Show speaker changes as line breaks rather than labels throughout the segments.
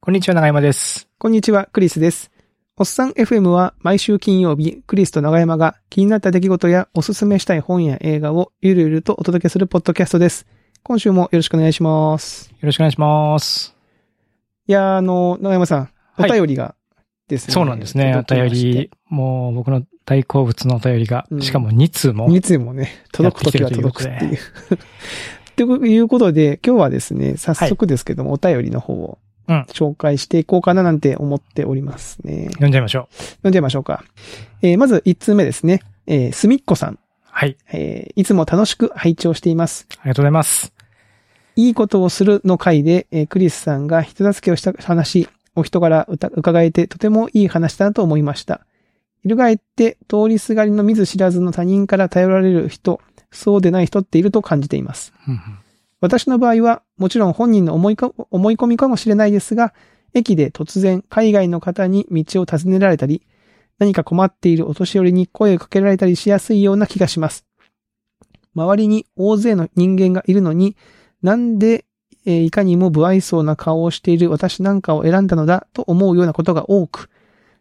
こんにちは、長山です。
こんにちは、クリスです。おっさん FM は毎週金曜日、クリスと長山が気になった出来事やおすすめしたい本や映画をゆるゆるとお届けするポッドキャストです。今週もよろしくお願いします。
よろしくお願いします。
いやー、あの、長山さん、お
はい
便りがですね。
そうなんですね。お
届き
便
まして
り、もう僕の大好物のお便りが
う、ん
しかも2通も。
いつもね、届くときは届くっていう。 ということで、今日はですね、早速ですけども、お便りの方を
うん
紹介していこうかななんて思っておりますね。
読んじゃいましょう。
読んじゃいましょうか。えーまず1通目ですね。えーすみっこさん。
はい。
えーいつも楽しく拝聴しています。
ありがとうございます。
いいことをするの回で、えークリスさんが人助けをした話、お人柄うた伺えてとてもいい話だなと思いました。翻って通りすがりの見ず知らずの他人から頼られる人、そうでない人っていると感じています。
うんうん
私の場合は、もちろん本人の思いか思い込みかもしれないですが、駅で突然海外の方に道を尋ねられたり、何か困っているお年寄りに声をかけられたりしやすいような気がします。周りに大勢の人間がいるのに、なんで、えーいかにも不愛想な顔をしている私なんかを選んだのだと思うようなことが多く、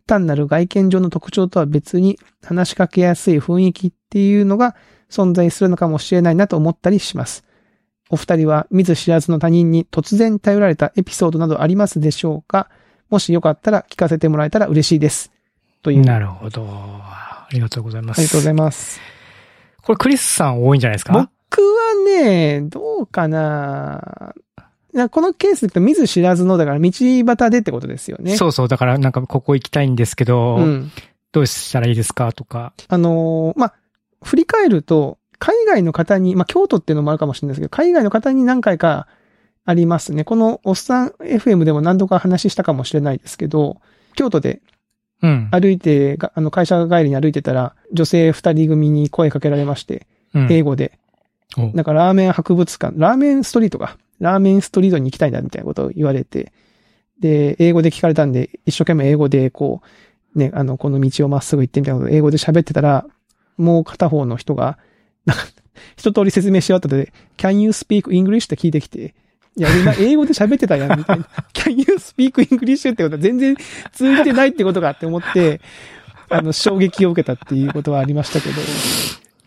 単なる外見上の特徴とは別に話しかけやすい雰囲気っていうのが存在するのかもしれないなと思ったりします。お二人は見ず知らずの他人に突然頼られたエピソードなどありますでしょうかもしよかったら聞かせてもらえたら嬉しいです。という。
なるほど。ありがとうございます。
ありがとうございます。
これクリスさん多いんじゃないですか
僕はね、どうかななこのケースで言うと見ず知らずの、だから道端でってことですよね。
そうそう。だからなんかここ行きたいんですけど、
うん。
どうしたらいいですかとか。
あのーまあ、振り返ると、海外の方に、まあ、京都っていうのもあるかもしれないですけど、海外の方に何回かありますね。このおっさん FM でも何度か話したかもしれないですけど、京都で
うん。
歩いてが、あの、会社帰りに歩いてたら、女性二人組に声かけられまして、
うん
英語で。
お
なんかラーメン博物館、ラーメンストリートか。ラーメンストリートに行きたいんだみたいなことを言われて、で、英語で聞かれたんで、一生懸命英語でこう、ね、あの、この道をまっすぐ行ってみたいなことを英語で喋ってたら、もう片方の人が、なんか、一通り説明し終わった後で、Can you speak English? って聞いてきて、いや、今英語で喋ってたやん、みた いな。Can you speak English? ってことは全然通じてないってことかって思 って、あの、衝撃を受けたっていうことはありましたけど、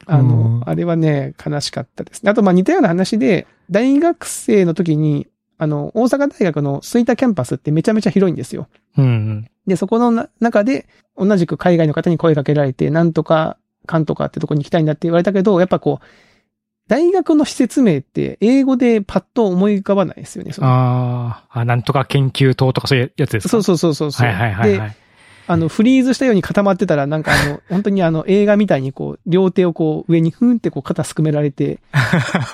あ
うん
の、あれはね、悲しかったですね。あと、まあ、似たような話で、大学生の時に、あの、大阪大学の吹田キャンパスってめちゃめちゃ広いんですよ。
うん。
で、そこのな中で、同じく海外の方に声かけられて、なんとか、かんとかってとこに行きたいんだって言われたけど、やっぱこう、大学の施設名って英語でパッと思い浮かばないですよね。その
あーあ、なんとか研究棟とかそういうやつですか
そうそうそうそうそう。
はいはいはい、
で
はい。
あの、フリーズしたように固まってたら、なんか あの、本当にあの、映画みたいにこう、両手をこう、上にふんってこう、肩すくめら れて、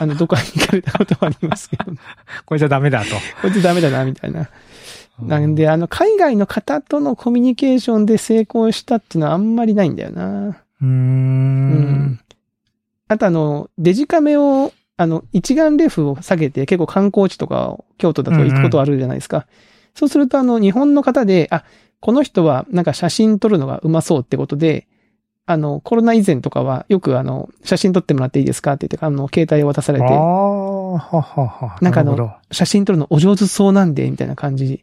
あの、どこかに行かれたことはありますけど、
これじゃダメだと。
こいつダメだな、みたいな。なんで、あの、海外の方とのコミュニケーションで成功したっていうのはあんまりないんだよな。
うーん。
あとあの、デジカメを、あの、一眼レフを下げて、結構観光地とかを京都だと行くことあるじゃないですか。そうすると、あの、日本の方で、あ、この人はなんか写真撮るのがうまそうってことで、あの、コロナ以前とかは、よくあの、写真撮ってもらっていいですかって言って、あの、携帯を渡され
あ
て、
あ、ははは。
なんかあの
るほど
写真撮るのお上手そうなんで、みたいな感じ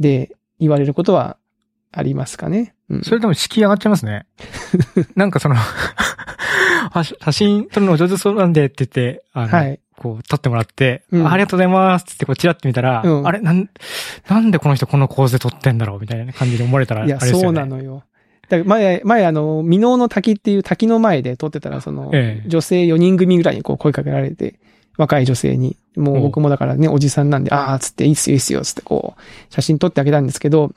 で言われることはありますかね。うん。
それでも敷き上がっちゃいます ね。なんかそのはし、 写真撮るのお上手そうなんでって言って、あの、
はい。
こう撮ってもらって、
うん
ありがとうございますってこうチラって見たら、
うん
あれ、なん、なんでこの人この構図で撮ってんだろうみたいな感じで思われたら、あ
い
れで
や、
すよね。
そうな。のよ。だから前、前あの、美濃の滝っていう滝の前で撮ってたら、その、
ええ
女性4人組ぐらいにこう声かけられて、若い女性に、も
お
う
う
僕もだからね、おじさんなんで、あーっつって、いいっすよ、いいっすよ、つってこう、写真撮ってあげたんですけど、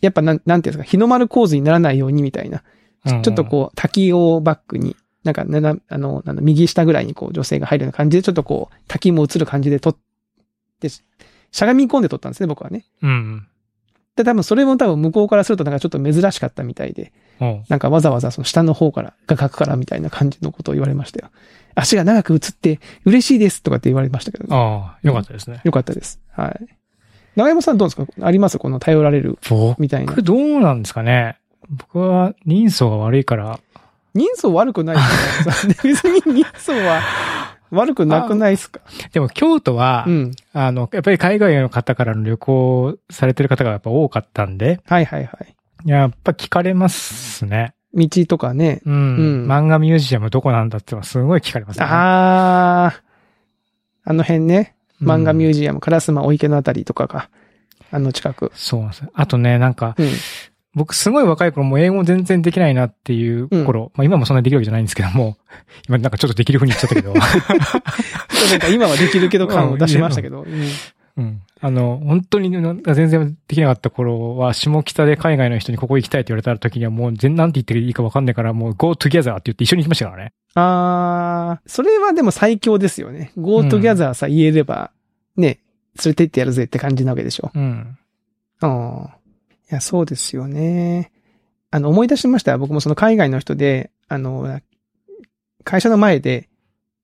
やっぱなん、なんていうんですか、日の丸構図にならないようにみたいな。
うん
ちょっとこう、滝をバックに、なんか、なな、あの、なんだ右下ぐらいにこう、女性が入るような感じで、ちょっとこう、滝も映る感じで撮って、ししゃがみ込んで撮ったんですね、僕はね。
うん。
で、多分それも多分向こうからするとなんかちょっと珍しかったみたいで、
おう
なんかわざわざその下の方から、画角からみたいな感じのことを言われましたよ。足が長く映って嬉しいですとかって言われましたけどね。
ああ、よかったですね。
よかったです。はい。長山さんどうですかありますこの頼られるみたいな
僕、。どうなんですかね。僕は人相が悪いから、
人相悪くないですよね別に人相は悪くなくないっすか
でも京都は、
うん。
あの、やっぱり海外の方からの旅行されてる方がやっぱ多かったんで、
はいはいはい。
やっぱ聞かれますね。
道とかね。
うん。
うん
漫画ミュージアムどこなんだってのはすごい聞かれますね。
あー。あの辺ね。漫画ミュー
ジアム。
ジアム、烏丸お池のあたりとかが、あの近く。
そうなんですよあとね、なんか、
うん。
僕すごい若い頃もう英語全然できないなっていう頃、まあ今もそんなできるわけじゃないんですけども、 今なんかちょっとできる風に言っちゃった けど、
なんか今はできるけど感を出しましたけど。うん
うん。あの、本当になんか全然できなかった頃は、下北で海外の人にここ行きたいって言われた時にはもう全なんて言っていいかわかんないから、もう go together って言って一緒に行きましたからね。
あー、それはでも最強ですよね。go together さ、言えれば、ね、連れてってやるぜって感じなわけでしょ。
うん。
うん。いや、そうですよね。あの、思い出しました。僕もその海外の人で、あの、会社の前で、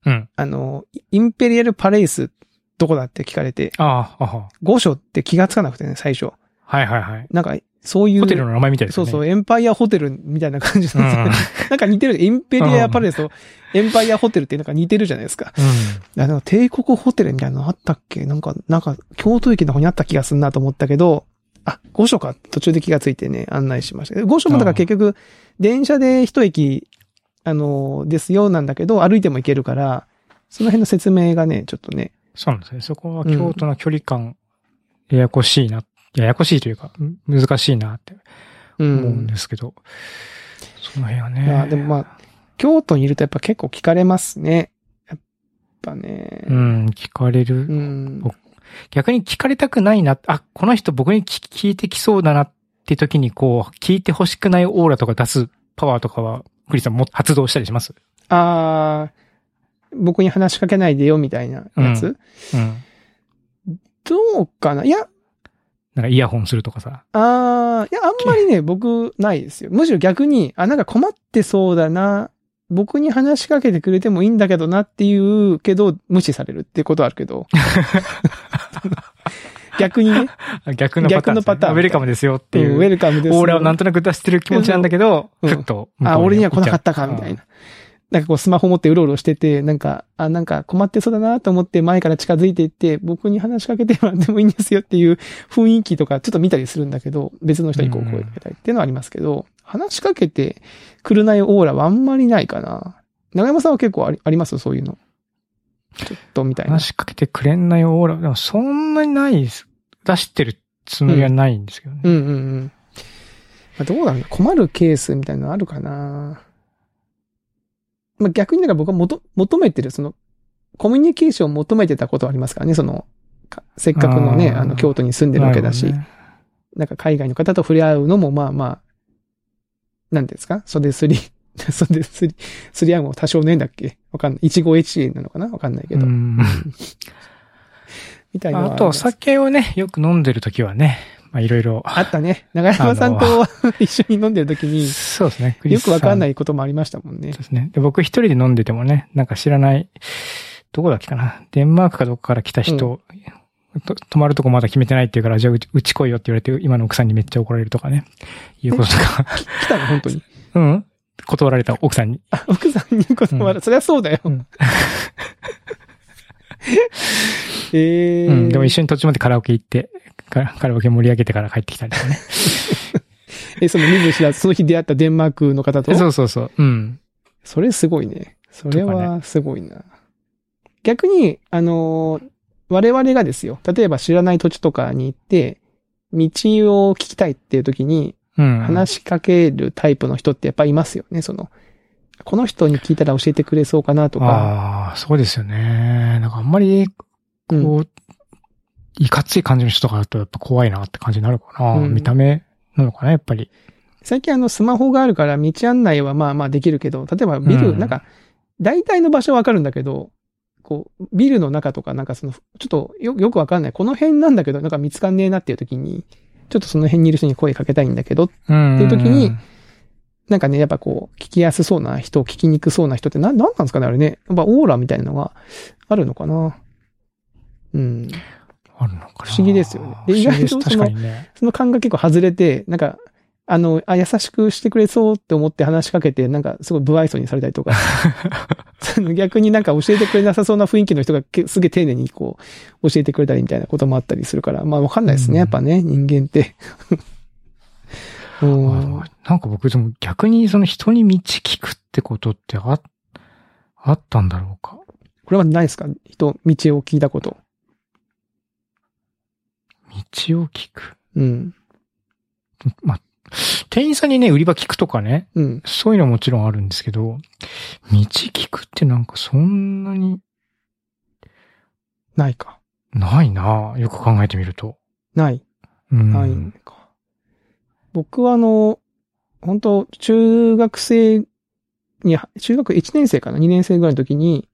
うん。
あの、インペリアルパレイス、どこだって聞かれて、
ああ、ああ。
五所って気がつかなくてね、最初。
はいはいはい。
なんか、そういう。
ホテルの名前みたいです
そ
よ
う
ね。
そう、
う
エンパイアホテルみたいな感じなんですよね。なんか似てる。インペリアパレスとエンパイアホテルってなんか似てるじゃないですか。
ん。うん。
あの、帝国ホテルみたいなのあったっけなんか、なんか、京都駅の方にあった気がするなと思ったけど、あ、五所か、途中で気がついてね、案内しましたけど、五所もだから結局、電車で一駅、あの、ですよなんだけど、歩いても行けるから、その辺の説明がね、ちょっとね、
そうなんですね。そこは京都の距離感、ややこしいな。ややこしいというか、うん難しいなって
う
思うん
ん。
ですけど。その辺は
まあ
ね。
でもまあ、京都にいるとやっぱ結構聞かれますね。やっぱね。
うん、聞かれる
う。ん。
逆に聞かれたくないな、あ、この人僕に聞聞いてきそうだなって時に、こう、聞いて欲しくないオーラとか出すパワーとかは、クリスさんも発動したりします
あー、僕に話しかけないでよみたいなやつ、
ううん。
どうかないや、
なんかイヤホンするとかさ。
あー、いや、あんまりね、僕、ないですよ。むしろ逆に、あ、なんか困ってそうだな。僕に話しかけてくれてもいいんだけどなっていうけど、無視されるってことはあるけど。 逆にね、っ
あ逆のパターンですね、
逆のパターン
ウェルカムですよっていう
ウェルカムです。
オーラをなんとなく出してる気持ちなんだけど、
うん
ふっと。
あ、俺には来なかったか、
うん
みたいな。なんかこうスマホ持ってうろうろしてて、なんか、あ、なんか困ってそうだなと思って前から近づいていって、僕に話しかけてもらってもいいんですよっていう雰囲気とかちょっと見たりするんだけど、別の人にこう
うん
声かけたりっていうのはありますけど、話しかけてくれないオーラはあんまりないかな。長山さんは結構ありありますそういうの。ちょっとみたいな。
話しかけてくれんないオーラ。でもそんなにないです。出してるつもりはないんですけどね。
うんうんうん。まあ、どうだろうな。困るケースみたいなのあるかな。まあ、逆になんか僕は求求めてる、その、コミュニケーションを求めてたことはありますからね、その、かせっかくのね、
あー
あの、京都に住んでるわけだし、
な
な
るほどね
んか海外の方と触れ合うのも、まあまあ、なんていうんですか袖すり、 袖すり、すり合うも多少ねえんだっけわかんない。一期一会なのかなわかんないけど。
うん
みたいなのは
あと、お
ります
酒をね、よく飲んでる時はね、まあいろいろ。
あったね。長山さん
あ
と 一緒に飲んでる時に、
そうですね。。
よくわかんないいこともありましたもんね
そう。ですね。で、僕一人で飲んでてもね、なんか知らない、どこだっけかな。デンマークかどこから来た人、と泊まるとこまだ決めてないっていうから、じゃあうちうち来いよって言われて、今の奥さんにめっちゃ怒られるとかね、いうこととか。
来たの、本当に。
うん断られた奥さんに。
あ、 奥さんに断る。そりゃそうだよ。
うん
ええ
うん。でも一緒に途中までカラオケ行って、カラカラオケ盛り上げてから帰ってきたりとかね。
え、その見ず知らず、その日出会ったデンマークの方と。
そうそうそう。うん。
それすごいね。それ
とか
はすごいな。逆に、あのー我々がですよ、例えば知らない土地とかに行って、道を聞きたいっていう時に、
うん。
話しかけるタイプの人ってやっぱいますよね、その。この人に聞いたら教えてくれそうかなとか。
ああ、そうですよね。なんかあんまり、こう、
う
いかつい感じの人とかだとやっぱ怖いなって感じになるかな。
うん
見た目なのかな、やっぱり。
最近あのスマホがあるから道案内はまあまあできるけど、例えばビル、
うん
なんか、大体の場所はわかるんだけど、こう、ビルの中とかなんかその、ちょっとよよくわかんない。この辺なんだけど、なんか見つかんねえなっていう時に、ちょっとその辺にいる人に声かけたいんだけど、
うん。
っていう時に、なんかね、やっぱこう、聞きやすそうな人、聞きにくそうな人ってな、なんなんですかね、あれね。やっぱオーラみたいなのがあるのかな。うん。
あるのかな。
不思議ですよねで
不思議です
意外とそ
確
の
かにね。
その感が結構外れて、なんか、あの、あ、優しくしてくれそうって思って話しかけて、なんかすごい不愛想にされた りとか、その逆になんか教えてくれなさそうな雰囲気の人がけすげえ丁寧にこう、教えてくれたりみたいなこともあったりするから、まあわかんないです
う
ね、
ん
やっぱね、人間って。うん
あのなんか僕、でも逆にその人に道聞くってことってあ、あったんだろうか。
これはないですか人、道を聞いたこと。
道を聞く。
うん。
まあ、店員さんにね、売り場聞くとかね、
うん。
そういうのはもちろんあるんですけど、道聞くってなんかそんなに
ないか。
ないなよく考えてみると。
ない。
うん。
ないか。僕はあの、本当中学生に、中学1年生かな ?2 年生ぐらいの時に、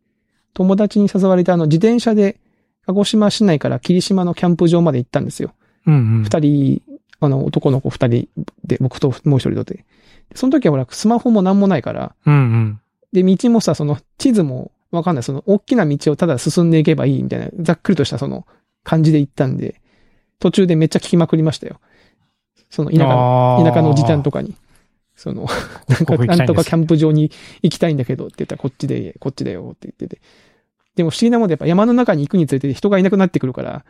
友達に誘われてあの、自転車で、鹿児島市内から霧島のキャンプ場まで行ったんですよ。
うんうん。
二、人、あの、男の子二人で、僕ともう一人とで。その時はほら、スマホも何もないから、
うんうん。
で、道もさ、その、地図もわかんない。その、大きな道をただ進んでいけばいいみたいな、ざっくりとしたその、感じで行ったんで、途中でめっちゃ聞きまくりましたよ。その、田舎の
あー
田舎のおじちゃんとかに、その、なん
ここ
か、
行きた
な
んです
いんとかキャンプ場に行きたいんだけどって言ったら、こっちで、こっちだよって言ってて。でも不思議なもんで、やっぱ山の中に行くにつれて人がいなくなってくるから、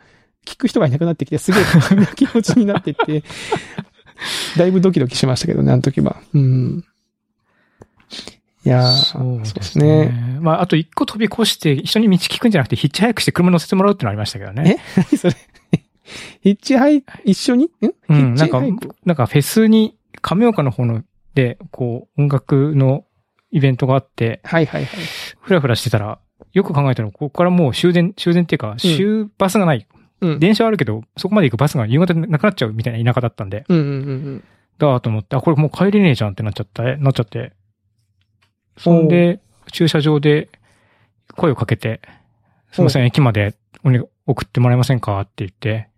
聞く人がいなくなってきて、すげえ不思議な 気持ちになってって、 だいぶドキドキしましたけどね、あの時は。うん。いやー
そうです。ね。まあ、あと一個飛び越して、一緒に道聞くんじゃなくて、ヒッチハイクして車乗せてもらうってのありましたけどね。
そうですね何それ。ヒッチハイ、一緒にん
う
ヒ
ん、
ッ
なん
チ
か
ハイク、
なんかフェスに、亀岡の方の、で、こう、音楽のイベントがあって、
はいはいはい。
ふらふらしてたら、よく考えたら、ここからもう終電、終電っていうか、終バスがない。
うん。
電車はあるけど、そこまで行くバスが夕方なくなっちゃうみたいな田舎だったんで、
うんうんうんうん。
だーと思って、あ、これもう帰れねえじゃんってなっちゃった、なっちゃって。そんで、駐車場で声をかけて、すいません、駅までおね送ってもらえませんかって言って、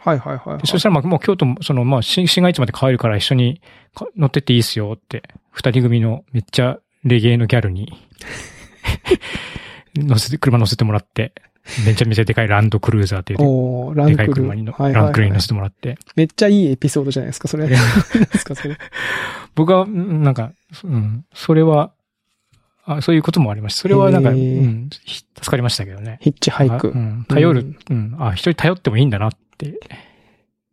はいはいはい、はい
で。そしたらまあもう京都も、そのまあ新市街地まで帰るから一緒にか乗ってっていいっすよって、二人組のめっちゃレゲエのギャルに、乗せて、車乗せてもらって、めちゃめちゃでかいランドクルーザーっていう
おーラ
で、で
ン
かい
クル
車
ー。
にの、
はいはい
ランクルーに
は
乗
い
せてもらって、
めっちゃいいエピソードじゃないですか、それ。
いや
何ですか、 それ。
僕は、うんなんか、うん、それは、あそういうこともありました。それはなんか、
へー
うん、ひ助かりましたけどね。
ヒッチハイ
あ
ク
う。ん、頼
う
る
ん、
うん、あ、人に頼ってもいいんだなって。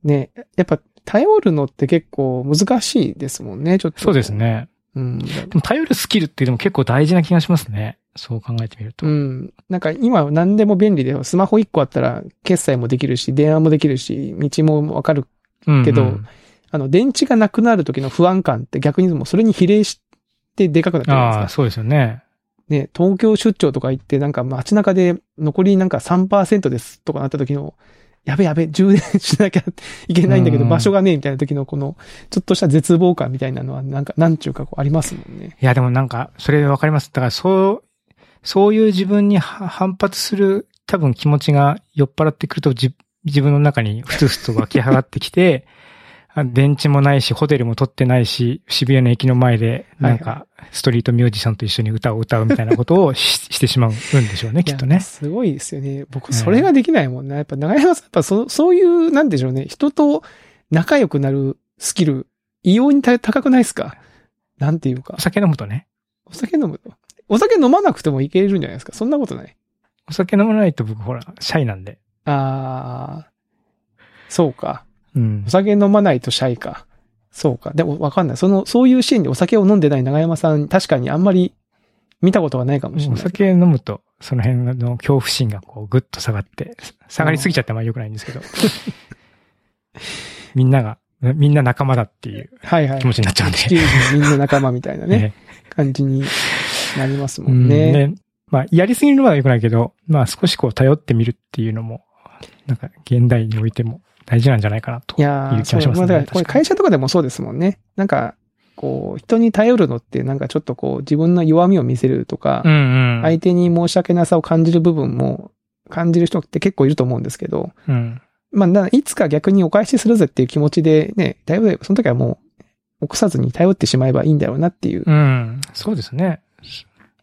ねやっぱ、頼るのって結構難しいですもんね、ちょっと。
そうです。ね。
うん。
でも頼るスキルってでも結構大事な気がしますね。そう考えてみると。
うん。なんか今何でも便利で、スマホ1個あったら決済もできるし、電話もできるし、道もわかる。
うん
けど
うん
あの、電池がなくなる時の不安感って逆にもうそれに比例してでかくなってるんです
あ
か
あ、。そうですよね。
ね、東京出張とか行って、なんか街中で残りなんか3%ですとかなった時の、やべやべ、充電しなきゃいけないんだけど、
うん
場所がねえみたいな時のこの、ちょっとした絶望感みたいなのは、なんか、なんちゅうかこうありますもんね。
いや、でもなんか、それわかります。だから、そう、そういう自分には反発する、多分気持ちが酔っ払ってくると、じ自分の中にふつふつと湧き上がってき て、あ電池もないし、ホテルも取ってないし、渋谷の駅の前で、なん
は
か、ストリートミュージシャンと一緒に歌を歌うみたいなことをし してしまうんでしょうね、きっと
いや
ね。
すごいですよね。僕、
ん
それができないもんな。やっぱ、長山さん、やっぱそ、そういう、なんでしょうね。人と仲良くなるスキル、異様にた高くないですかなんていうか
お。酒飲むとね。
お酒飲むと。お酒飲まなくてもいけるんじゃないですか。そんなことない。
お酒飲まないと僕、ほら、シャイなんで。
あー、そうか。
うん
お。酒飲まないとシャイか。そうか。でもわかんない。その、そういうシーンでお酒を飲んでない長山さん、確かにあんまり見たことがないかもしれ
お
ない。
酒飲むと、その辺の恐怖心がこう、ぐっと下がって、下がりすぎちゃってまあ良くないんですけ ど、みんなが、みんな仲間だっていう
はいはい
気。持ちになっちゃうんで。
地球人みんな仲間みたいなね、
ね
感じになりますも
うん
んね。
ねまあ、やりすぎるのは良くないけど、まあ少しこう頼ってみるっていうのも、なんか現代においても大事なんじゃないかなと。
いや
い
ー
う気がしますね
そうだからこれ
確かに
会社とかでもそうですもんね。なんか、こう、人に頼るのってなんかちょっとこう、自分の弱みを見せるとか、
うんうん。
相手に申し訳なさを感じる部分も、感じる人って結構いると思うんですけど、
うん。
まあ、な、いつか逆にお返しするぜっていう気持ちでね、だいぶ、その時はもう、起こさずに頼ってしまえばいいんだろうなっていう、
うん。そうですね。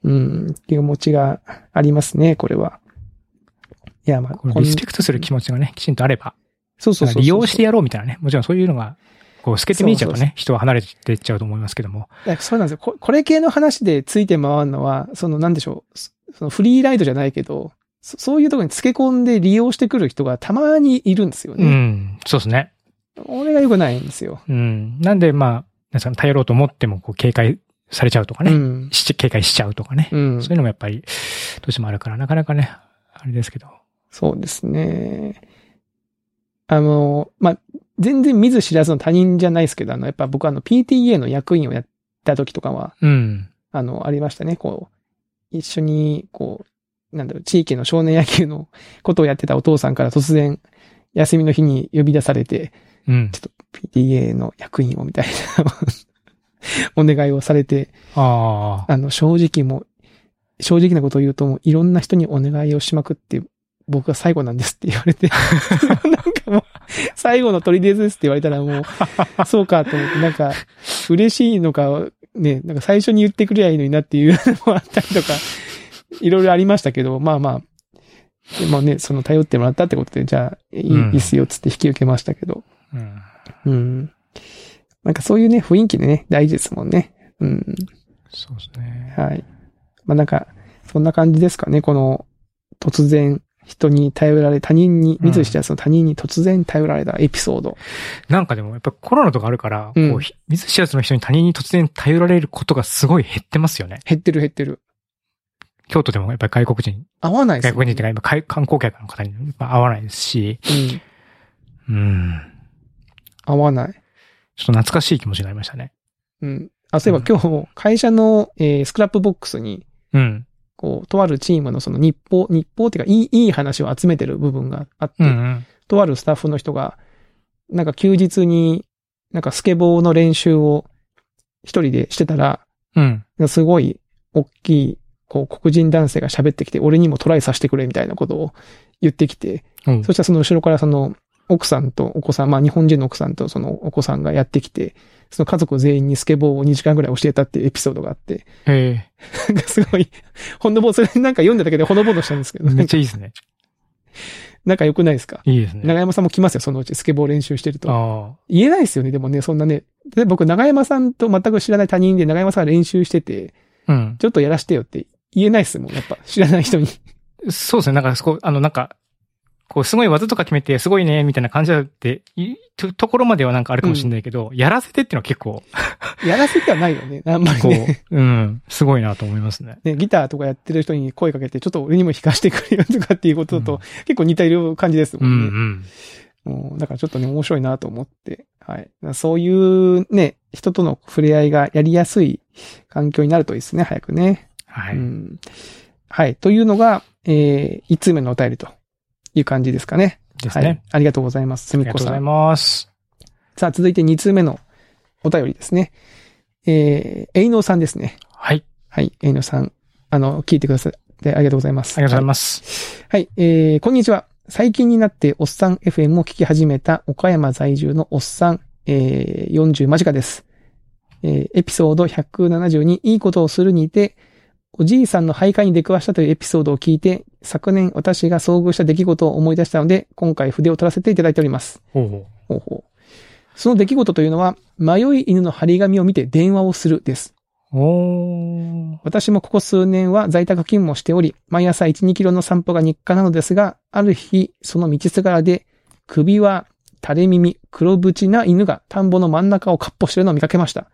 うん、気持ちがありますね、これは。いや、まあ、
これ
こん
リスペクトする気持ちがね、きちんとあれば、
そうそうそうそう。
利用してやろうみたいなね。もちろんそういうのがこう透けて見えちゃうとね、人は離れていっちゃうと思いますけども。
いやそうなんですよこ。これ系の話でついて回るのは、そのなんでしょう、そそのフリーライドじゃないけど、そそういうところに付け込んで利用してくる人がたまにいるんですよ
う
ね。
ん、そうですね。
俺が良くないんですよ。
うん。なんで、まあ、なんですかね頼ろうと思っても、こう、警戒されちゃうとか
う
ね。
ん。
し警戒しちゃうとかね。
うん
そういうのもやっぱり、どうしてもあるから、なかなかね、あれですけど。
そうですね。あの、まあ、全然見ず知らずの他人じゃないですけど、あの、やっぱ僕はあの PTA の役員をやった時とかは、
うん。
あの、ありましたね。こう、一緒に、こう、なんだろう、地域の少年野球のことをやってたお父さんから突然、休みの日に呼び出されて、
うん。
PTA の役員をみたいな、 お願いをされて、
ああ。
あの、正直もう、正直なことを言うと、もういろんな人にお願いをしまくって、僕が最後なんですって言われて、なんかもう、最後の取り出ですって言われたらもう、 そうかと思って、なんか、嬉しいのか、ね、なんか最初に言ってくれりゃいいのになっていうのもあったりとか、いろいろありましたけど、まあまあ、でもね、その頼ってもらったってことで、じゃあ、いい
うん
いいっすよっつって引き受けましたけど、
うん。
うん。なんかそういうね、雰囲気でね、大事ですもんね。うん。
そうですね。
はい。まあなんか、そんな感じですかね。この、突然、人に頼られ、他人に、
うん
見ず知らずの他人に突然頼られたエピソード。
なんかでも、やっぱりコロナとかあるから、
うん
こう、ひ見ず知らずの人に他人に突然頼られることがすごい減ってますよね。
減ってる減ってる。
京都でもやっぱり外国人、
合わないです
外
よ、
国人
ね。
ってか今、かい観光客の方にまあ合わないですし、
うん。
うん。
合わない。
ちょっと懐かしい気持ちになりましたね。
うん。あ、そういえ
うん
ば今日、会社の、えースクラップボックスに、
うん。
こう、とあるチームのその日報、日報っていうか、いい、いい話を集めてる部分があって、
うんうん。
とあるスタッフの人が、なんか休日に、なんかスケボーの練習を一人でしてたら、
うん。
すごい大きい、こう、黒人男性が喋ってきて、俺にもトライさせてくれみたいなことを言ってきて、
うん
そしたらその後ろからその、奥さんとお子さん、まあ日本人の奥さんとそのお子さんがやってきて、その家族全員にスケボーを2時間ぐらい教えたっていうエピソードがあって、
え
なんかすごい、ほのぼの、それなんか読んだだけでほのぼのしたんですけ
え
ど、
めっちゃいいですね。
なんか良くないですか
いいですね。
長山さんも来ますよ、そのうちスケボー練習してると。
あ
言えないですよね、でもね、そんなね。例えば僕、長山さんと全く知らない他人で長山さんが練習してて、
あ。うん。
ちょっとやらしてよって言えないですもん、やっぱ。知らない人に。
そうですね。なんか、そこ、あの、なんか、こう、すごい技とか決めて、すごいね、みたいな感じだって、いと、ところまではなんかあるかもしれないけど、やらせてっていうのは結構、
やらせてはないよね。あんまり
こ
ね。
う、うん、すごいなと思いますね。
ね、ギターとかやってる人に声かけて、ちょっと俺にも弾かしてくれよとかっていうことと、結構似ている感じです
う
も
ん、
ん
う
ね。
ん。
うん、だからちょっとね、面白いなと思って。はい。そういうね、人との触れ合いがやりやすい環境になるといいですね、早くね。
は
う
い。
ん。はい。というのが、えー、5つ目のお便りという感じですかね。
です
はい
ね。。
ありがとうございます。す
あ
み
り
っ
が
こ
とうご
さ
ざい
ん。
ます。
さあ、続いて2通目のお便りですね。えー、えいのうさんですね。
はい。
はい、えいのさん、あの、聞いてくださってありがとうございます。
ありがとうござい
ま
ます。
す。はい、はいえー、こんにちは。最近になっておっさん FM を聞き始めた岡山在住のおっさん、えー、40間近です。えー、エピソード172、いいことをするにて、おじいさんの徘徊に出くわしたというエピソードを聞いて、昨年私が遭遇した出来事を思い出したので、今回筆を取らせていただいております。
ほうほ
ほうほうその出来事というのは、迷い犬の張り紙を見て電話をするです。
う。おー。
私もここ数年は在宅勤務をしており、毎朝1、2キロの散歩が日課なのですが、ある日、その道すがらで、首は垂れ耳、黒縁な犬が田んぼの真ん中をかっ歩しているのを見かけました。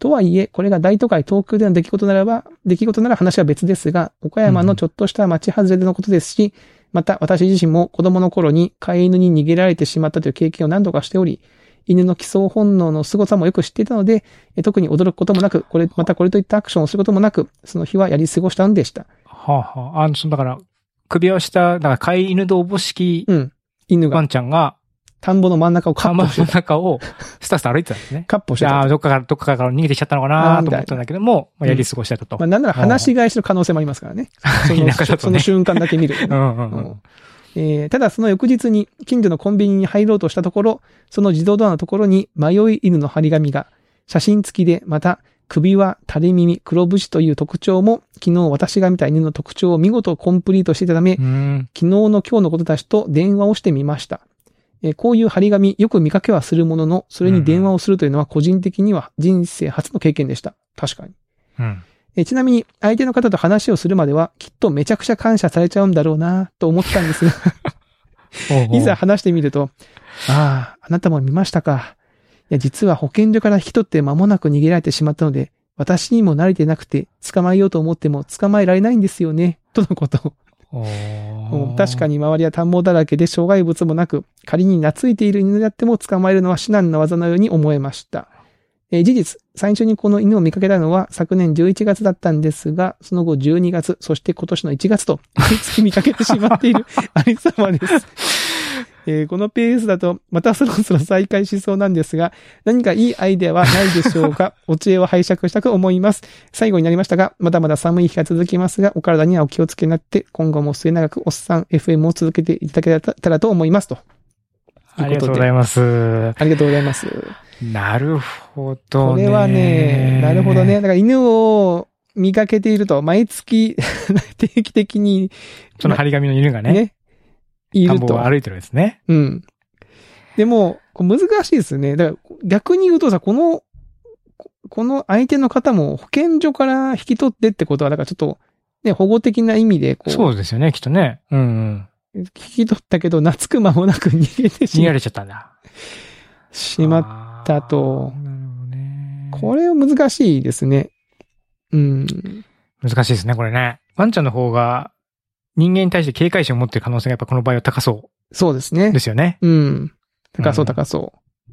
とはいえ、これが大都会東京での出来事ならば、出来事なら話は別ですが、岡山のちょっとした町外れでのことですし、また私自身も子供の頃に飼い犬に逃げられてしまったという経験を何度かしており、犬の基礎本能の凄さもよく知っていたので、えー特に驚くこともなく、これ、またこれといったアクションをすることもなく、その日はやり過ごしたのでした。
はあ、はあ、あの、その、だから、首をした、だから、飼い犬同母式
うん。犬
ワ
が
ンちゃんが、
田んぼの真ん中をカッ
浜
ポして
の
た。
中を、スタスタ歩いてたんですね。
カッポし
じ
て
ゃ
た。
あ、どっかから、どっかから逃げてきちゃったのかなと思ったんだけども、
うん
まあやり過ごしてたと。
まあ、なんなら話し返しの可能性もありますからね。そ の
田舎だとね
その瞬間だけ見るとね、
うんうんう
うん
ん。
えーただその翌日に近所のコンビニに入ろうとしたところ、その自動ドアのところに迷い犬の張り紙が、写真付きで、また首は垂れ耳、黒節という特徴も、昨日私が見た犬の特徴を見事コンプリートしていたため
う、ん。
昨日の今日のことたちと電話をしてみました。えーこういう張り紙、よく見かけはするものの、それに電話をするというのは個人的には人生初の経験でした。確かに。
うん。
えーちなみに、相手の方と話をするまでは、きっとめちゃくちゃ感謝されちゃうんだろうなと思ったんですが、
おうおう
いざ。話してみると、ああ、あなたも見ましたか。いや、実は保健所から引き取って間もなく逃げられてしまったので、私にも慣れてなくて、捕まえようと思っても捕まえられないんですよね、とのこと。
お
も
ー
う確か。に周りは田んぼだらけで障害物もなく、仮に懐いている犬であっても捕まえるのは至難の技のように思えました。えー事実、最初にこの犬を見かけたのは昨年11月だったんですが、その後12月、そして今年の1月と、毎月見かけてしまっている ありさまです。えーこのペースだと、またそろそろ再開しそうなんですが、何かいいアイデアはないでしょ うかお知恵を拝借したく思います。最後になりましたが、まだまだ寒い日が続きますが、お体にはお気をつけになって、今後も末永くおっさん FM を続けていただけたらと思いますと。
ありがとうございます。
ありがとうございます。
なるほどね。
これはね、なるほどね。。だから犬を見かけていると、毎月 定期的に
その張り紙の犬がね、
ね、い
田ん
る
ぼ
と
を。歩いてるんですね。
うん。でも、これ難しいですよね。だから逆に言うとさ、この、ここの相手の方も保健所から引き取ってってことは、だからちょっと、ね、保護的な意味で、こう、
そうですよね、きっとね。うんうん。
引き取ったけど、懐く間もなく逃げて
逃げ
し
ら
ま
れちゃったんだ。
しまっったと
あーなるほどね。
これは難しいですね。うん。
難しいですね、これね。ワンちゃんの方が、人間に対して警戒心を持ってる可能性がやっぱこの場合は高そ
そうです
う
ね
で。すよね。
うん。高そう
うん
高そう。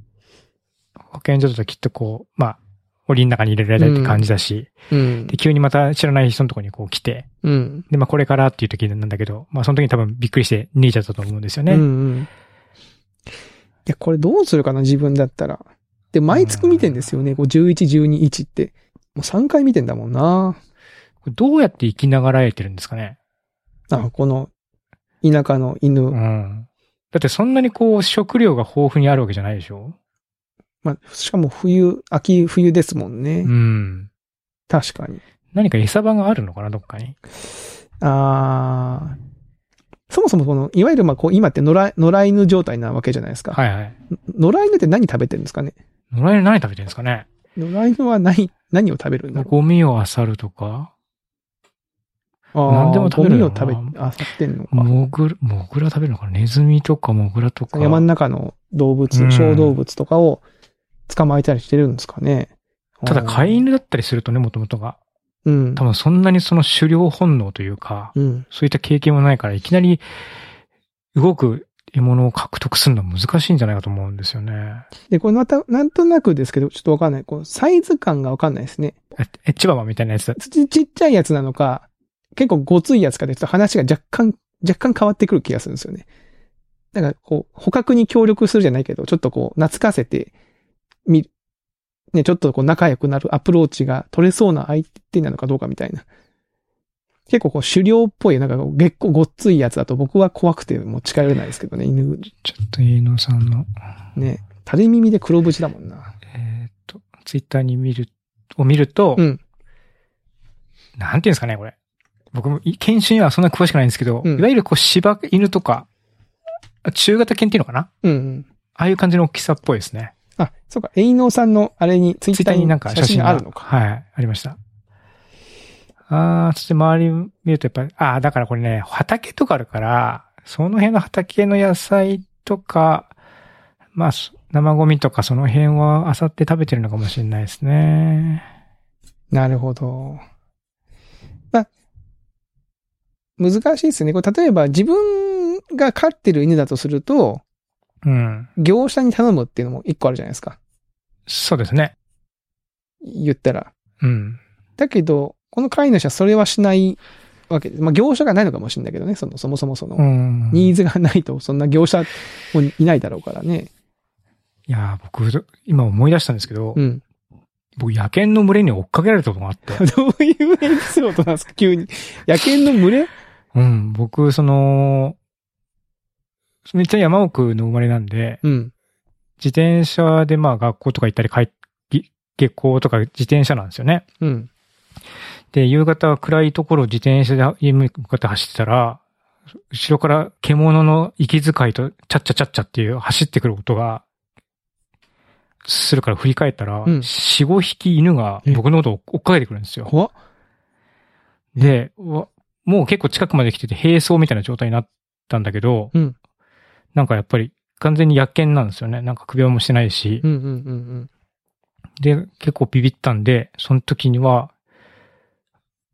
保健所だときっとこう、まあ、檻の中に入れられたいって感じだし、
うん
で、。急にまた知らない人のところにこう来て、
うん。
で、まあこれからっていう時なんだけど、まあその時に多分びっくりして逃げちゃったと思うんですよね。
うんうん。いや、これどうするかな、自分だったら。で、毎月見てんですよね。こう11、12、1って。もう3回見てんだもんな。
これどうやって生きながらえてるんですかね。
あ、この、田舎の犬。
うん。だってそんなにこう食料が豊富にあるわけじゃないでしょ
まあ、しかも冬、秋冬ですもんね。
うん。
確かに。
何か餌場があるのかな、どっかに。
あーそもそもこの、いわゆるまあこう今って野良、野良犬状態なわけじゃないですか。
はいはい。
野良犬って何食べてるんですかね
野良犬何食べてるんですかね
野良犬は何、何を食べるんだろ
ゴミを漁るとか、
うあー
何でも食べる
ゴミ
よ
を
な
食べ、あ、食べてんのか。
モグラ、モグラ食べるのかなネズミとかモグラとか。
山の中の動
う
物、
ん
小動物とかを捕まえたりしてるんですかね。
ただ飼い
い
犬だったりするとね、もともとが。
うん
多。分そんなにその狩猟本能というか、
うん。
そういった経験もないから、いきなり動く獲物を獲得するのは難しいんじゃないかと思うんですよね。
で、これまた、なんとなくですけど、ちょっとわかんない。こう、サイズ感がわかんないですね。
ええ、チワワみたいなやつ。
ち、ちっちゃいやつなのか、結構ごついやつかで、ちょっと話が若干、若干変わってくる気がするんですよね。だから、こう、捕獲に協力するじゃないけど、ちょっとこう、懐かせて、みる、ね、ちょっとこう、仲良くなるアプローチが取れそうな相手なのかどうかみたいな。結構こう、狩猟っぽい、なんかこう、結構ごっついやつだと僕は怖くてもう近寄れないですけどね、犬。
ちょっと飯野さんの、
ね、垂れ耳で黒縁だもんな。
えーっと、ツイッターに見る、を見ると、
うん
なんていうんですかね、これ。僕もい犬種にはそんな詳しくないんですけど、
うん
いわゆるこう柴犬とか、あ中型犬っていうのかな
うんうん。
ああいう感じの大きさっぽいですね。
あ、そうか、営農さんのあれに、ツイ
ツイ
ッ
ッタ
ター
ー
に
に
な
なんん
か
か
写
写
真
真
が
が
あるのか。
はい、ありました。あー、そして周り見るとやっぱり、あー、だからこれね、畑とかあるから、その辺の畑の野菜とか、まあ、そ生ゴミとかその辺は漁って食べてるのかもしれないですね。
なるほど。まあ、難しいですね。これ例えば自分が飼ってる犬だとすると、
うん。
業者に頼むっていうのも一個あるじゃないですか。
そうですね。
言ったら。
うん。
だけど、この飼い主はそれはしないわけです。まあ、業者がないのかもしれないけどね。その、そもそもその、
うん。
ニ
い
ーズがないと、そんな業者もいないだろうからね。
やー、僕、今思い出したんですけど、
うん。
僕、野犬の群れに追っかけられたことがあって。
どういうエピソードなんですか急に。野犬の群れ
うん、僕、その、めっちゃ山奥の生まれなんで、
うん。
自転車でまあ学校とか行ったり帰り、下校とか自転車なんですよね。
うん。
で、夕方暗いところを自転車で家に向かって走ってたら、後ろから獣の息遣いと、チャッチャチャッチャっていう走ってくる音が、するから振り返ったら、
うん
4、5匹犬が僕のことを追っかけてくるんですよ。
怖っ。
で、わもう結構近くまで来てて、並走みたいな状態になったんだけど、
うん
なんかやっぱり完全に野犬なんですよね。なんか首輪もしてないし、
うんうんうん
で、結構ビビったんで、その時には、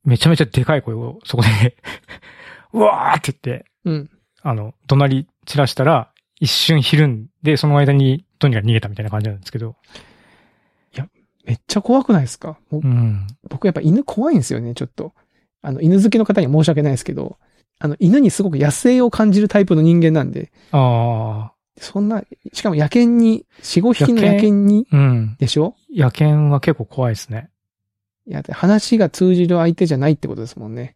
めちゃめちゃでかい声をそこで、 うわーって言って、
うん。うん。
あの、怒鳴り散らしたら、一瞬ひるんで、その間にとにかく逃げたみたいな感じなんですけど、
めっちゃ怖くないですかもう
うん。
僕やっぱ犬怖いんですよね、ちょっと。あの、犬好きの方には申し訳ないですけど、あの、犬にすごく野生を感じるタイプの人間なんで、
あ
そんな、しかも野犬に、4、5匹
野
の
犬
野犬に、
ー、うん。
でしょ
野犬は結構怖いですね。
いや、で話が通じる相手じゃないってことですもんね。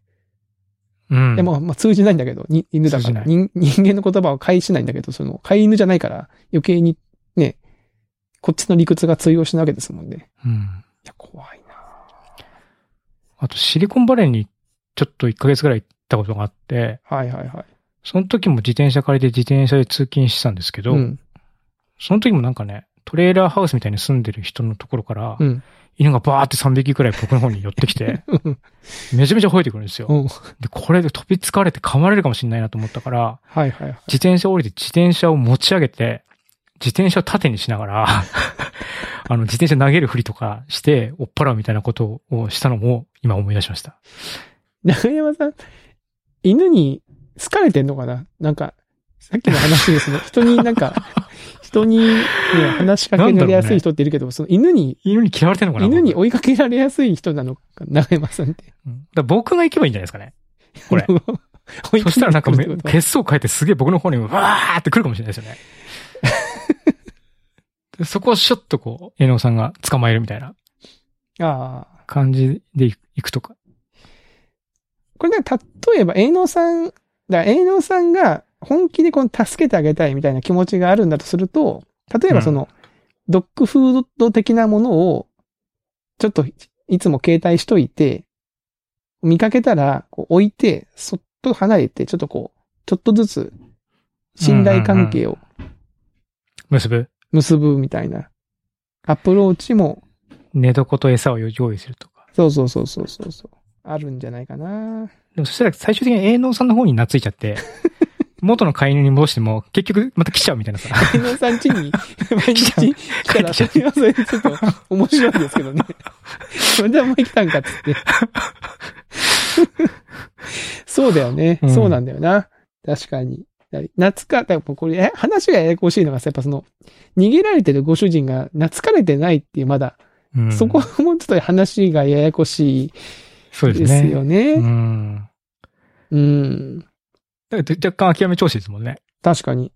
うん。
で、も、まあ、通じないんだけど、に犬だか
通じな
ら
い
人、人間の言葉を返しないんだけど、その、飼い犬じゃないから、余計に、ね、こっちの理屈が通用しないわけですもんね。
うん。
いや、怖いな
あとシリコンバレーにちょっと1ヶ月ぐらい行ったことがあって、
はいはいはい。
その時も自転車借りて自転車で通勤してたんですけど、
ん。
その時もなんかね、トレーラーハウスみたいに住んでる人のところから、
うん。
犬がバーって3匹くらい僕の方に寄ってき て、めちゃめちゃ吠えてくるんですよ。
うん。
で、これで飛びつかれて噛まれるかもしれないなと思ったから、
はいはいはい。
自転車降りて自転車を持ち上げて、自転車を縦にしながら、 あの、自転車投げるふりとかして、追っ払うみたいなことをしたのも今思い出しました。
中山さん、犬に好かれてんのかななんか、さっきの話ですね。 人になんか、人に、ね、話しかけられやすい人っているけど、その犬に、
犬に嫌われてるのかな
犬に
僕
追いかけられやすい人なのか、中山さんって。
うんだから僕が行けばいいんじゃないですか ね。これ
追い
そ
か
した
け
らなんか
てく
め
るってこと
血相変えてすげえ僕の方にわーって来るかもしれないで すよね。でそこをシュッとこう、江野さんが捕まえるみたいな
ああ。
感じで行くとか。
これね、例えば、営農さん、だから営農さんが本気でこの助けてあげたいみたいな気持ちがあるんだとすると、例えばその、ドッグフード的なものを、ちょっといつも携帯しといて、見かけたらこう置いて、そっと離れて、ちょっとこう、ちょっとずつ信頼関係を
結ぶ。
結ぶみたいなアプローチも、
寝床と餌を用意するとか。
そうそうそうそうそうそう、あるんじゃないかな。
でもそしたら最終的に営農さんの方に懐いちゃ って、元の飼い犬に戻しても結局また来ちゃうみたいなさ。
天皇さん家に毎日来たら、それはそれでちょっと面白いです けどね。それでお前来たんかっつって。そうだよね、
うん
そうなんだよな。確かに。夏か、だからもうこれ、え話がややこしいのがさ、やっぱその、逃げられてるご主人が懐かれてないっていう、まだ、
うん
そこもちょっと話がややこしい
そうです
で
ね。
すよね。
うん。
うん。
だから若干諦め調子ですもんね。
確かに。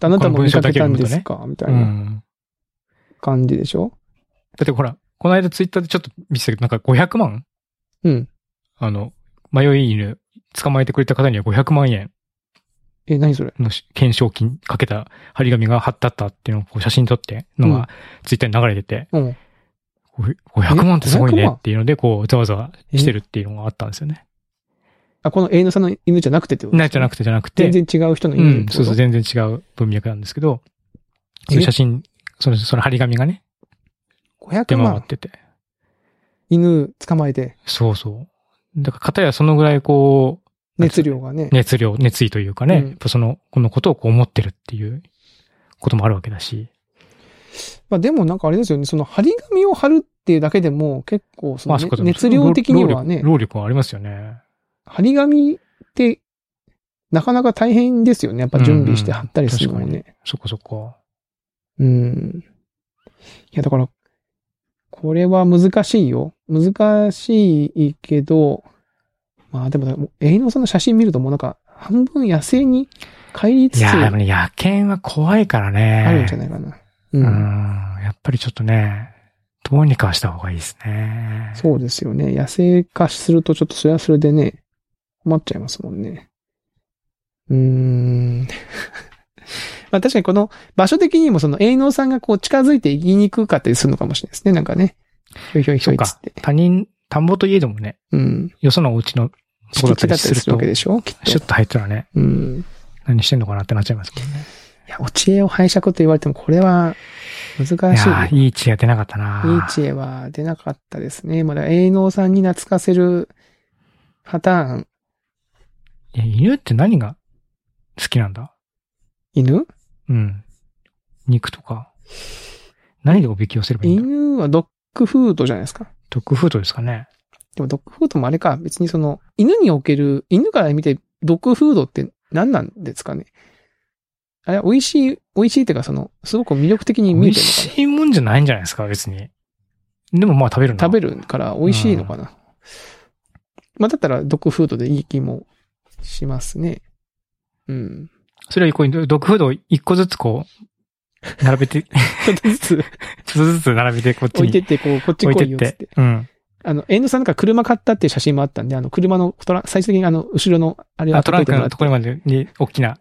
あなたも見かけたんですか、みた
う。
いなん感じでしょ、
だってほら、この間ツイッターでちょっと見てたけど、なんか500万
うん。
あの、迷い犬捕まえてくれた方には500万円
え、何それ
のし懸賞金かけた張り紙が貼ってあったっていうのをこう写真撮って、の
うん
がツイッターに流れてて、
うん。
こう500万ってすごい
500
ね
万
っていうので、こう、ざわざわしてるっていうのがあったんですよね。
あ、この営農さんの犬じゃなくてってこと
なじゃなくてじゃなくて、
全然違う人の
う
犬
ん
っ、て
そ
こ
う
と、
そう、全然違う文脈なんですけど、
え
そういう写真、その、その張り紙がね、
500
出回っ
万
てて。
犬捕まえて、
そうそう。だから、片やそのぐらいこう、
熱量がね。
熱量、熱意というかね、
うん
やっぱその、このことをこう思ってるっていうこともあるわけだし。
まあでもなんかあれですよね、その張り紙を貼るっていうだけでも結構その、ね
うか
熱量的にはね
労、労力労力はありますよね。
張り紙ってなかなか大変ですよね。やっぱ準備して貼ったりするのもね。
そこそこ。
うん。いや、だから、これは難しいよ。難しいけど、まあでも、営農さんの写真見るともうなんか、半分野生に帰りつ
い
つ
やー、で
あ
もね、野犬は怖いからね。
るんじゃないかな。う。
うんん。やっぱりちょっとね、どうにかした方がいいですね。
そうですよね。野生化するとちょっとそれはそれでね、困っちゃいますもんね。うーん。 まあ確かにこの場所的にもその営農さんがこう近づいて行きにくかったりするのかもしれないですね。なんかね。ひょいひょいひょ
そう
いっつ
か
って。。
他人、田んぼといえどもね、
うん。
よそのお家のそうだ
敷
ったり
地だった
す
り
る
する
と
わけ、でしょきっ
シュ
と。
ッと入ったらね、
うん。
何してんのかなってなっちゃいますもんね。
いや、お知恵を拝借と言われても、これは難しい。
いやーいい知恵出なかったない
い知恵は出なかったですね。まだ営農さんに懐かせるパターン。
いや、犬って何が好きなんだ
犬
うん。肉とか。何でおびき寄せればいいんだ
犬はドッグフードじゃないですか。
ドッグフードですかね。
でもドッグフードもあれか、別にその、犬における、犬から見てドッグフードって何なんですかね。あれ、美味しい、美味しいっていうか、その、すごく魅力的に
美
見え
味
てるのかな。
しいもんじゃないんじゃないですか、別に。でもまあ食べるな。
食べるから美味しいのかな。まあ、だったらドッグフードでいい気もしますね。うん。
それはこう、ドッグフードを一個ずつこう、並べて、ちょ
ちょっとず つ
っとずつ並べてこっち
置いて
に
って、こう、こっち
置い
来
て
い
っ
よっつって
て。。うん。
あの、遠藤さんなんか車買ったっていう写真もあったんで、あの、車のトラ、最終的にあの、後ろの、あれ
あ
は
トランク
取っ
の
と
ところまでに大きな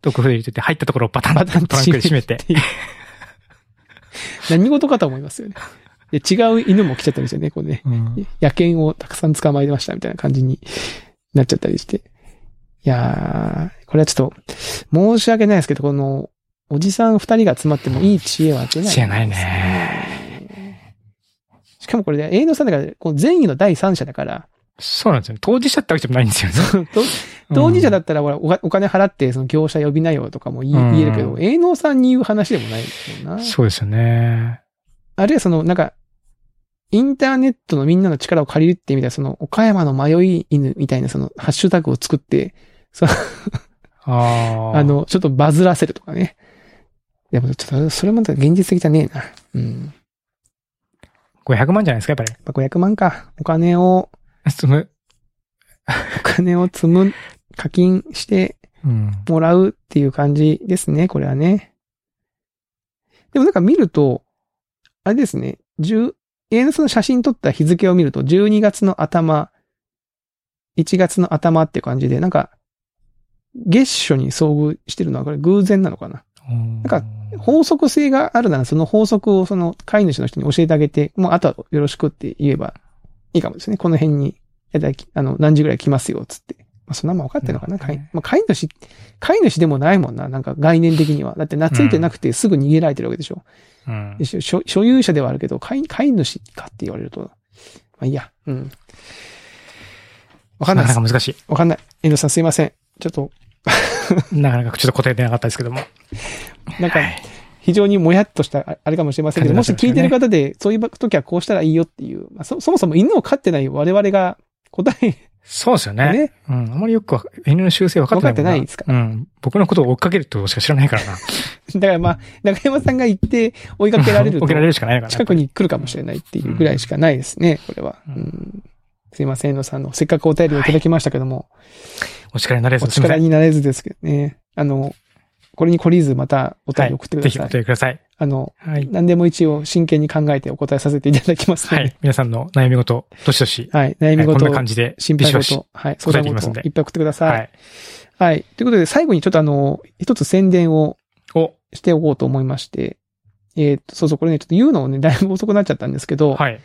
ドッグフード入れてて、入ったところをバタン
バ
バ
タ
タ
ン
ント
と
ランクで閉めて。
いてもらって。何事かと思いますよね。で、違う犬も来ちゃったりしてね、こうね。
うん。
野犬をたくさん捕まえてましたみたいな感じになっちゃったりして。いやー、これはちょっと、申し訳ないですけど、この、おじさん二人が集まってもいい知恵は出ない、
知恵ない。ね。
しかもこれね、営農さんだから、こう善意の第三者だから、
そうなんですよね。当事者ってわけじゃないんですよね。
と 当事者だ
っ
ったら、ほら、お金お金払って、その業者呼びなよとかも言い
うん
言えるけど、営農さんに言う話でもないもんな。
そうですよね。
あるいはその、なんか、インターネットのみんなの力を借りるって意味では、その、岡山の迷い犬みたいな、その、ハッシュタグを作って、
ああ。
あ、の、ちょっとバズらせるとかね。でも、ちょっと、それも現実的じゃねえな。うん。
500万じゃないですか、やっぱり。
まあ、500万か。お金を、
その
お金を積む、課金して、
うん。
もらうっていう感じですね、これはね。でもなんか見ると、あれですね、10、エのその写真撮った日付を見ると、12月の頭、1月の頭っていう感じで、なんか、月初に遭遇してるのはこれ偶然なのかな。
なん
か、法則性があるなら、その法則をその飼い主の人に教えてあげて、もうあとはよろしくって言えばいいかもですね。この辺に、えだいあの、何時ぐらい来ますよ、つって。まあ、そんなもん分かってるのかな、
なるほ
飼
ど
い
ね。
まあ、飼い主、飼い主でもないもんな、なんか概念的には。だって懐いてなくてすぐ逃げられてるわけでしょ。
うん
で。しょ所所有者ではあるけど、飼い、飼い主かって言われると。まあ、いいや、うん。わかんないで
な
す
か。なか難し
わかんない。遠藤さんすいません。ちょっと、
い。なかなかちょっと答え出なかったですけども。
なんか
は、い
非常にもやっとしたああれかもしれませんけど、も
感
し
じがし
聞い
ま
て
すよ
る
ね
方で、そういう時はこうしたらいいよっていう、まあそそもそも犬を飼ってない我々が答え
そうですよ
が
ね。
ね、
うん。あまりよくわ犬の習性分かってないもん。
分かってないですか
うん。僕のことを追っかけるってことしか知らないからな。
だからまあ、中山さんが行って追いかけられる
追
と
っかけられるしかないから。
近くに来るかもしれないっていうぐらいしかないですね、これは。
うん
うんすいません、遠藤さんの、せっかくお便りをいただきましたけども、
お力になれ
お
ず、すみま
力
せん。
になれずですけどね、あの、これに懲りずまたお便り送って
ぜ
くだ
ひ
さ
お
い。
答えください。
あの、
はい。
何でも一応真剣に考えてお答えさせていただきますの
は
で
い。皆さんの悩み事、どしどし。
はい、悩
は
み
いこん
事
な、感じで、
心
ビ
配
シバシ
事。、はい、
答えていき
相
ます
談
ん
事
で
いっぱい送ってください。
は
はい。
い。
ということで、最後にちょっとあの、一つ宣伝を
お、
しておこうと思いまして、えっ、と、そうそう、これね、ちょっと言うのをね、だい ぶ遅くなっちゃったんですけど、
はい。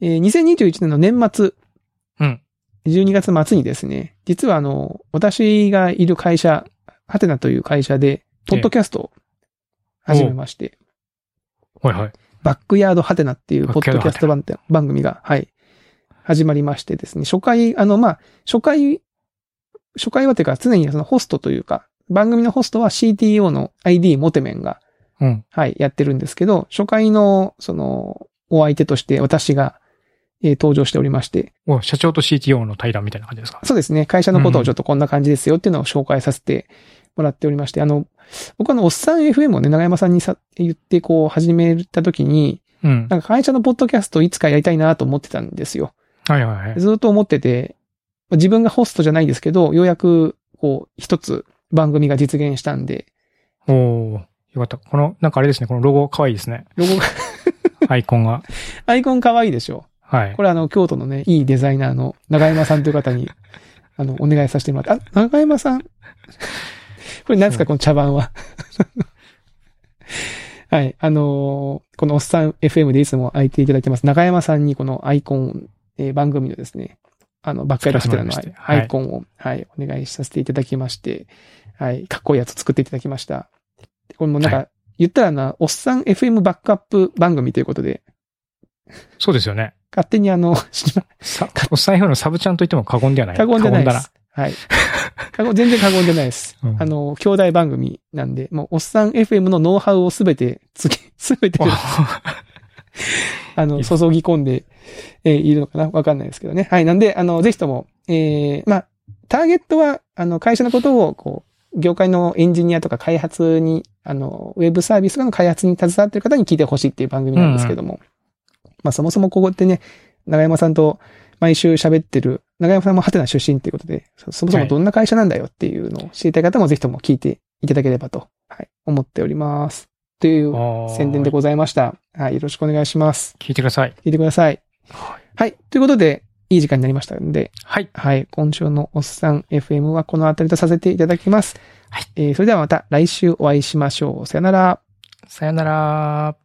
えー2021年の年末、
うん。
12月末にですね、実はあの、私がいる会社、ハテナという会社で、ポッドキャストを始めまして、
はいはい。
バックヤードハテナっていう
バ
ポ
ッ
ッ
クヤ
ド
ード
キャスト番て番組が、はい、始まりましてですね、初回、あの、まあ、初回、初回はというか、常にそのホストというか、番組のホストは CTO の ID モテメンが、
うん。
はい、やってるんですけど、初回の、その、お相手として私が、えー登場しておりまして、
お、社長と CTO の対談みたいな感じですか
そうですね、会社のことをちょっとこんな感じですよっていうのを紹介させてもらっておりまして、あの、僕はあの、おっさん FM をね、長山さんにさ、言ってこう、始めた時に、
うん。
なんか会社のポッドキャストをいつかやりたいなと思ってたんですよ。
はいはいはい。
ずっと思ってて、まあ自分がホストじゃないんですけど、ようやく、こう、一つ番組が実現したんで、
おおよかった。この、なんかあれですね、このロゴ可愛いですね。
ロゴが、
アイコンが。
アイコン可愛いでしょ
はい。
これあの、京都のね、いいデザイナーの長山さんという方 に、あの、お願いさせてもらって、あ、長山さん これ何ですか、この茶番は。 はい。あのーこのおっさん FM でいつも空いていただいてます。長山さんにこのアイコン、えー番組のですね、あの、ばっかりカステラの
お疲れ様でした
アイコンを、はい、お願いさせていただきまして、はい、かっこいいやつ作っていただきました。これもなん
は
か、言ったらな、おっさん FM バックアップ番組ということで、
そうですよね。
勝手にあの、 知ら
さ、お財布のサブちゃんと言っても過言ではない。
過言じゃないで
だ
す。はい。過言、全然過言じゃないです。
うん
あの、兄弟番組なんで、もう、おっさん FM のノウハウをすべて、つけ、すべて、
な。
あ
い
の、
い
注ぎ込んで、えーいるのかなわかんないですけどね。はい。なんで、あの、ぜひとも、えーまあ、ターゲットは、あの、会社のことを、こう、業界のエンジニアとか開発に、あの、ウェブサービスとかの開発に携わっている方に聞いてほしいっていう番組なんですけども。まあ、そもそもここってね、長山さんと毎週喋ってる、長山さんもハテナ出身っていうことで、そそもそもどんな会社なんだよっていうのを知りたい方もぜひとも聞いていただければと、はい、思っております。という 宣伝で
こ
ございました。はい、よろしくお願いします。
聞いてください。
聞いてください。はい。ということで、いい時間になりましたんで、
はい。
はい。今週のおっさん FM はこのあたりとさせていただきます。
はい。
えー、それではまた来週お会いしましょう。さよなら。
さよなら。